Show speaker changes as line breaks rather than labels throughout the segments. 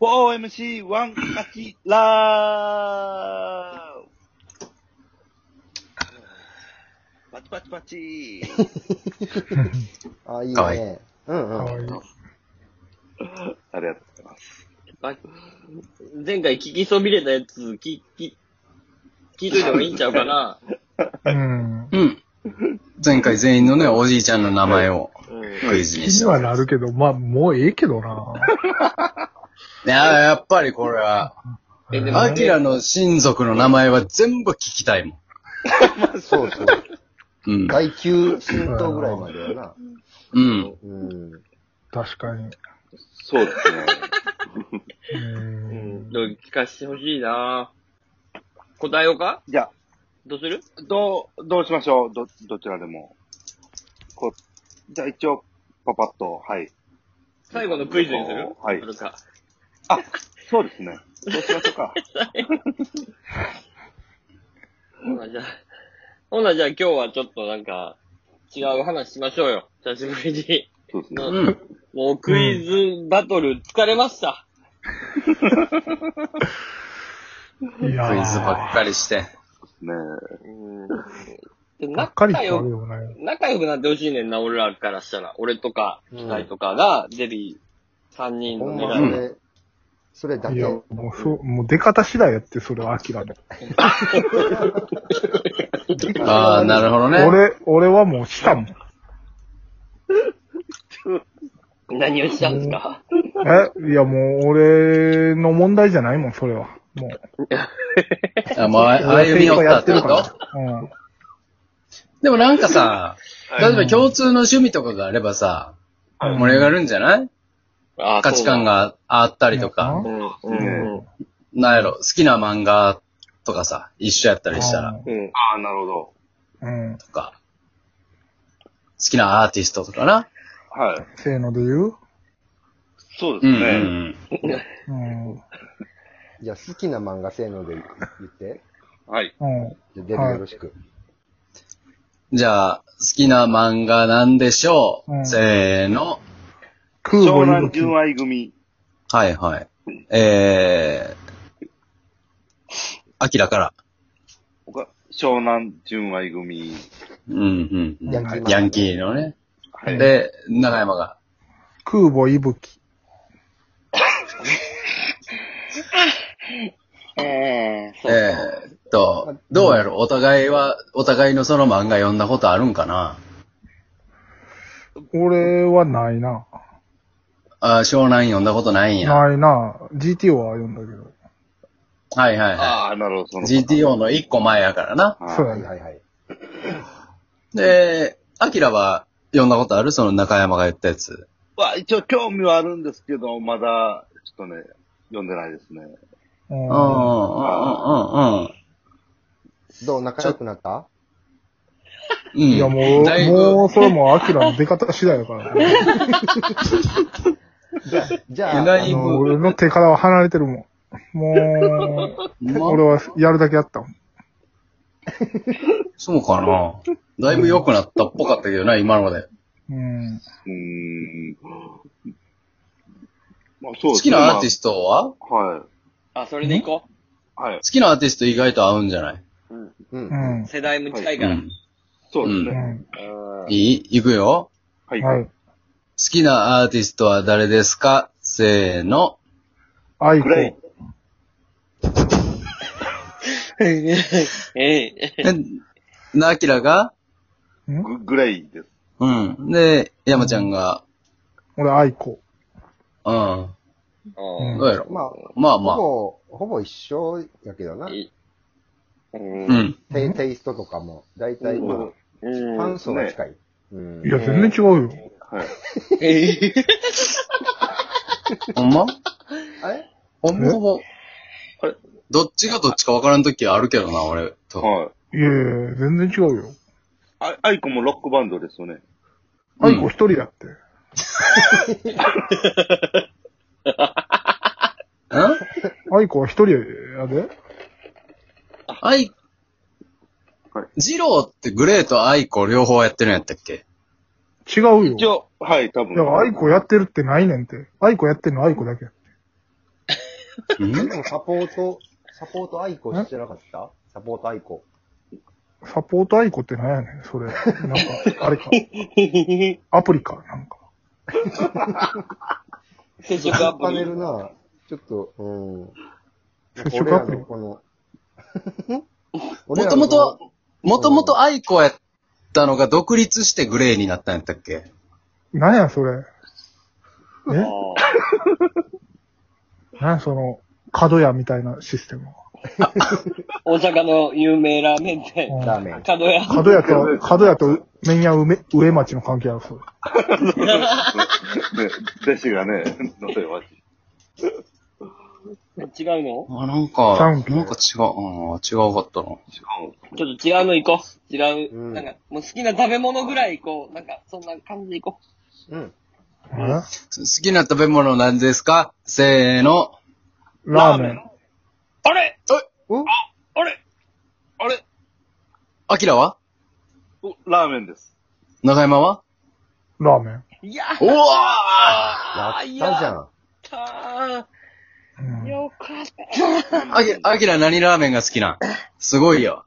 4MC1 アキラーパチパチパチ
あ、いい
かわい
ね。うんうん。
い
あり
い。
がとうございます。
前回聞きそびれたやつ、聞、聞、聞いといた方がいいんちゃうかな。
うん。
うん。前回全員のね、おじいちゃんの名前をクイズにし
気に
た。
はなるけど、まあ、もうええけどな。
いや、やっぱりこれは、
え、でも、
アキラの親族の名前は全部聞きたいもん。
そうそう。
うん。
第9浸透ぐらいまでやな。
うん。
うん。
確かに。
そうですね。
うん。
うん、どう聞かしてほしいな答えようか
じゃ
どうする
あ、どう、どうしましょうど、どちらでも。こじゃあ一応、パパッと、はい。
最後のクイズにする
はい
するか。
そうですね。どうしましょうか。
ほな、じゃあ、ほな、じゃあ今日はちょっとなんか、違う話しましょうよ。久しぶりに。
そうですね。
う
うん。
もうクイズバトル疲れました。
いや
ク
ー
イズばっかりして。
ね
うん。で
ばっかりって
仲
あ
良
る
く、
よね。
仲良くなってほしいねんな、俺らからしたら。俺とか、機械とかが、デビー3人
ほ
の
ん
未
ま
来
そ
を
れ、それだ
い
け。
や、もうそう、もう出方次第やって、それはアキラの。
ああ、なるほどね。
俺、俺はもうした もん。
何をしたんですか
え、いやもう、俺の問題じゃないもん、それは。もう。
あもうあ歩み寄ったってこと
ら。うん。
でもなんかさ、例えば共通の趣味とかがあればさ、盛り上がるんじゃない
あ
価値観。があったりと
う
か
ん
そう、だうん、うん、
なんやろ、好きな漫画とかさ、一緒やったりしたら、
うん。
ああ、なるほど。
うん。
とか、好きなアーティストとかな。
はい。
せーので言う
そうで
う
す
ん
ね
う。ん
うん。
いや、好きな漫画せーので言って。
はい。
うん。
じゃあデビよろしく。
うん。じゃあ、好きな漫画なんでしょう、
うん
せーの。
空
湘
母
南
息吹
純愛組。
はいはい。えー、アキラから。
僕湘南純愛組。
うんうん
ヤンキー漫
うん。
画
ヤンキーのね。
はい。
で、中山が。
空母息吹。
ええ
えーっと、どうやろお互いは、お互いのその漫画読んだことあるんかな
俺はないな。
あー湘南読んだことないんや。
ないな。GTO は読んだけど。
はいはいは
ああ、なるほど、そ
い。
の。
GTO の一個前やからな。
はい
そうや
はい
ね。
はいはい。
で、アキラは読んだことあるその中山が言ったやつ。
は、一応興味はあるんですけど、まだ、ちょっとね、読んでないですね。
うん
うんうんうんうん
どう仲良くなった
うん。
いや、もう、
だいぶ
もう、それもアキラの出方次第だから、
じゃあ、
だ
あ
いぶ
の、俺の手からは離れてるもん。もう、俺はやるだけやったもん。
そうかな。だいぶ良くなったっぽかったけどな、今ので。
うん。
うーん。まあ、そう
好
です
きなアーティストは好
ト。は
あ、それでいこ
い。はい。
きなアーティスト意外と合うんじゃない
うん
う
うん。
ん
う。。世代も近いうから。
ん。
そうです
う
ね。
ん。
うん
いい行くよ。
はい。
は
はいい。。
好きなアーティストは誰ですかせーの。
アイ
クレイ
コ。
ええ
え、な、アキラが
ググレイです。
うん。で、山ちゃんが、
俺、アイコ。
うん。
う
ど
ん
うやろ
まあ、
まあまあ。
ほぼ、ほぼ一緒やけどな。
い
う
うん。
ん。
テイテイストとかも、だいたい、まあ、
う
フ
ん。
ァン層が近い。うん
い。や、全然違うよ。
はい。
ええ
ほんま
あれ
ほんまほぼ。
あれ
どっちがどっちかわからんときあるけどな、俺と。
はい。
いやいや全然違うよ。
あアイコもロックバンドですよね。
アイコ一人やって。
うん
アイコは一人やで。
アイ
はい、
ジローってグレーとアイコ両方やってるんやったっけ
違うよ。
一応、はい、多分。
だから、アイコやってるってないねんて。アイコやってんのアイコだけ。
でもサポート、サポートアイコしてなかったサポートアイコ。
サポートアイコって何やねん、それ。なんか、あれか。アプリか、なんか。
接触アプ
パネ
リ
る。なちょっと、うん。
接触アプリ
俺らのこ の、
もともと、もともとアイコやったのが独立してグレーになったんやったっけ
何や、それ。
あ
え何や、その、角屋みたいなシステムは。
大阪の有名ラーメン店。
うん
ラーメン。
角 屋。
角屋と、角屋と麺屋梅上町の関係ある、それ。
あ。ね、弟子がね、 のせるわけ。
違うの
あ、なんか、
ちゃう
なん
ん
か
け
違う、うん、違うかったな。
ちょっと違うの行こう。違う。
うん
なんか、もう好きな食べ物ぐらい行こう。なんか、そんな感じで行こ
うん。
え
好きな食べ物何ですかせーの。
ラーメン。
う。あれ
お
あれあれ
アキラは
おラーメンです。
長山は
ラーメン。
いや
おわ
や
あ
ったじゃん。
ん。
うん
よかった。
ーアキアキラ何ラーメンが好きなんすごいよ。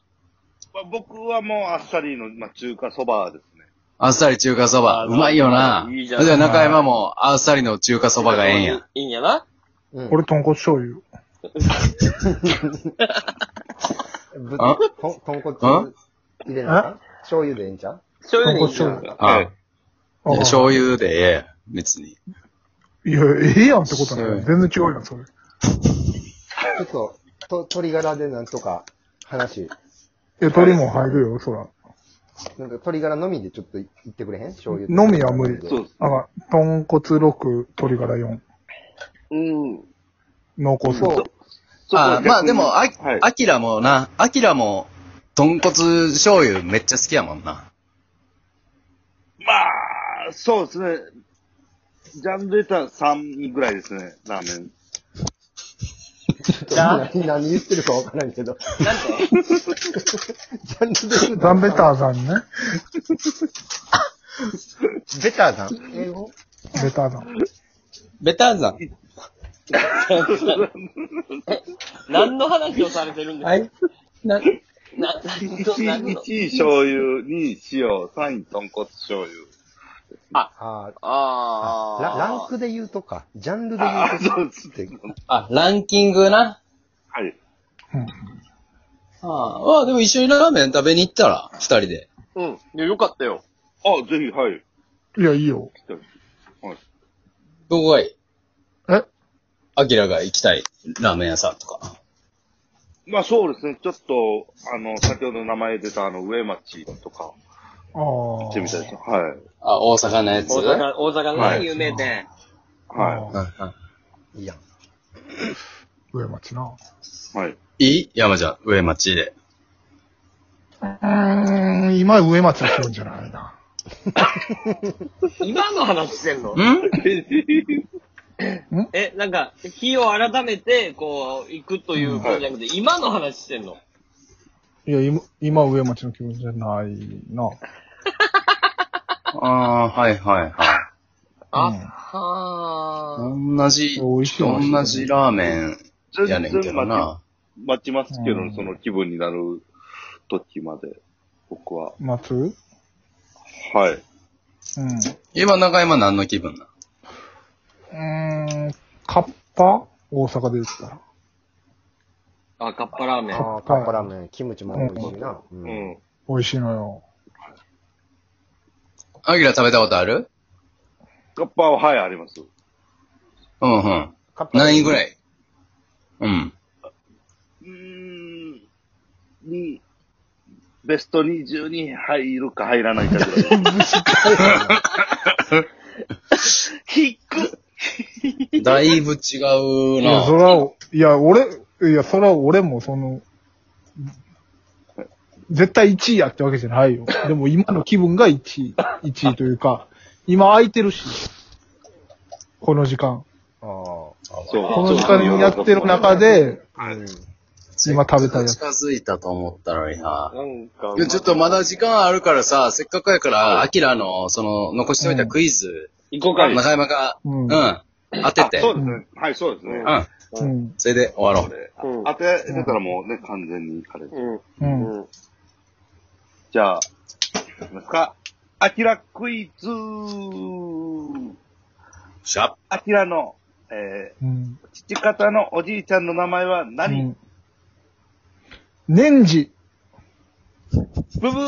まあ、僕はもうあっさりの、まあ、中華そばですね。
あっさり中華そば。
あー
うまいよな。
いい
じ
じゃん
ゃあ中山もあっさりの中華そばがええんや。。
いいんやな。
うん、
俺、豚骨醤油。
ぶ
あ
とん、豚骨入れなあかん醤油でええんちゃう
醤油で
そう
いいんじゃ
そ
ん
う。
あ
ああ
醤油でええや。別に。
いや、ええやんってことなんだよ。全然違うやん、それ。
ちょっと、と、鶏ガラでなんとか話、
え、鶏も入るよ、そら。
なんか鶏ガラのみでちょっと言ってくれへん醤油。
のみは無理
そうです。
あかん豚骨6、鶏ガラ4。
うん。
濃厚スー
そ
プ。
う。
そこは
あ
逆
ー
に
まあでも、あ
はい、
アキラもな、アキラも、豚骨醤油めっちゃ好きやもんな。
まあ、そうですね。ジャンルで言ったら3ぐらいですね、ラーメン。
ちょっと何何言ってるかわからんけど。
なん
ジャンルで言うと
ザンベターザンね。
ベターザン
英語
ベターザン。
ベターザン
て何の話をされてるんですか
はい。な、
な、
1、
な、な、
1醤油、2塩、3豚骨醤油。
あ
あ
あ、
あ。
ラランクで言うとか、ジャンルで言
ああ、
うと
そうですね。
って、
あ、ランキングな。
はい。
ああ、ああでも一緒にラーメン食べに行ったら、二人で。
うん。
いや、よかったよ。
あ、ぜひ、はい。
いや、いいよ。
どこがいい
え
アキラが行きたいラーメン屋さんとか。
まあそうですね、ちょっと、あの、先ほど名前出たあの、上町とか、
あ
行
あ
ってみたいですね。はい。
あ、大阪のやつ
大阪、大阪の
は
ね
い
有名店。
は
うんうん
いいやん。
上町な。
い。はい。
いい山ちゃん、上町で。
うーん、今上町にするんじゃないな。
今の話してんの
ん
え、なんか、日を改めて、こう、行くということじゃなくて、今の話してんの
いや、今、今上町の気分じゃないな。
ああ、はいはいは
あ、
うん
は
い。
あ。
同じ、
美味しい美味しい
同じラーメンやねんけど
待
な。
ち待ちますけど、
うん
その気分になる時まで、僕は。
松うん。
はい。
今中山何の気分な
うーん、カッパ大阪で言ったら。
あ、カッパラーメン。
ああ、カップラーメン、キムチも美味しいな。う。
うんん。
美味しいのよ。
アキラ食べたことある
カッパーは、はい、あります。
うんうん。
カップラーメン
何位ぐらいうん。
うーん。に、ベスト20に入るか入らないかぐらい。
ひっく
だいぶ違う
いや、
な
そ。ら、いや、俺、いや、そら俺もその、絶対1位やってわけじゃないよ。でも今の気分が1位。1位というか、今空いてるし、この時間。
ああ。
そう。
この時間にやってる中で、
うん。
今食べたやつ
近づいたと思ったのにな。
なんか
いや、ちょっとまだ時間あるからさ、せっかくやから、アキラの、その、残しておいたクイズ、
行こうか。
中山が、
う
うんん、当てて。
そううですね。はい、そうですね。
ん。
う。
うんん。
それで終わろう。
うん
当ててたらもうね、完全にあれ。
うん。
うん。
うん。
じゃあ、いきますか。アキラクイズア
シャッ。
キラの、え
うん。
ー、父方のおじいちゃんの名前は
う
何、
ん。年次。
ブブー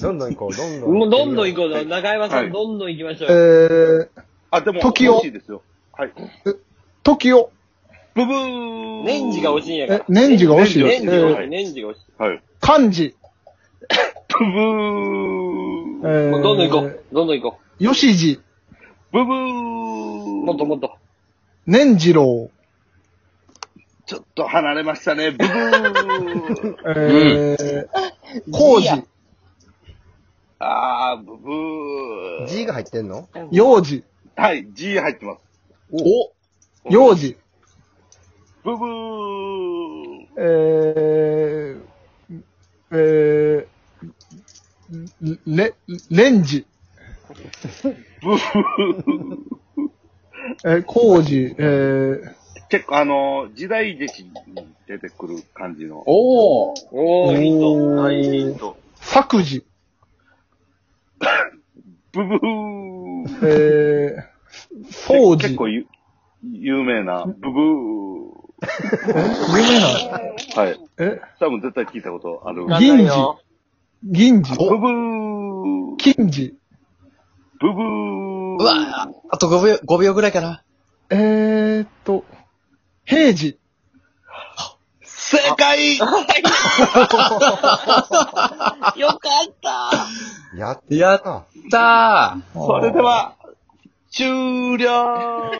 どんどん行こう、どんどん。
もうどんどん行こう
は
ぞ。
い
中山さ
はい
ん、どんどん行きましょ
え
うよ。
ー、
あ、でも、
時を
惜しいですよ。はい。
時を。
ブブー
年次が惜しいんやから
え。、年次が惜しいよ。え
年次が惜し
ー
い。年次が惜しい。
はい。
漢字。
ブブー
えー
もうどんどん行こう。どんどん行こ
吉次。
ブブ
う。
ー
もっともっと。
年次郎。
ちょっと離れましたね。ブブー
えー、工
いいや
事。
あー、ブブー
G が入ってんの
幼児。
はい、G 入ってます。
お
幼児。
ブブー
えー、えー、レ、レンジ。えー、工事、えー、
結構あの、時代劇に出てくる感じの。
おー
おー、ヒント。
はい、ヒント。
作事、
ブブー
えー、掃
結
除。
構ゆ有名な、ブブー
有名なの
はい。
え
多分絶対聞いたことある。
な銀次銀次。
ブブー
金次。
ブブー
うわーあと5秒、5秒ぐらいかな。
えーっと、平時。
正解
よか った
やっ。
やったたー
それでは、終了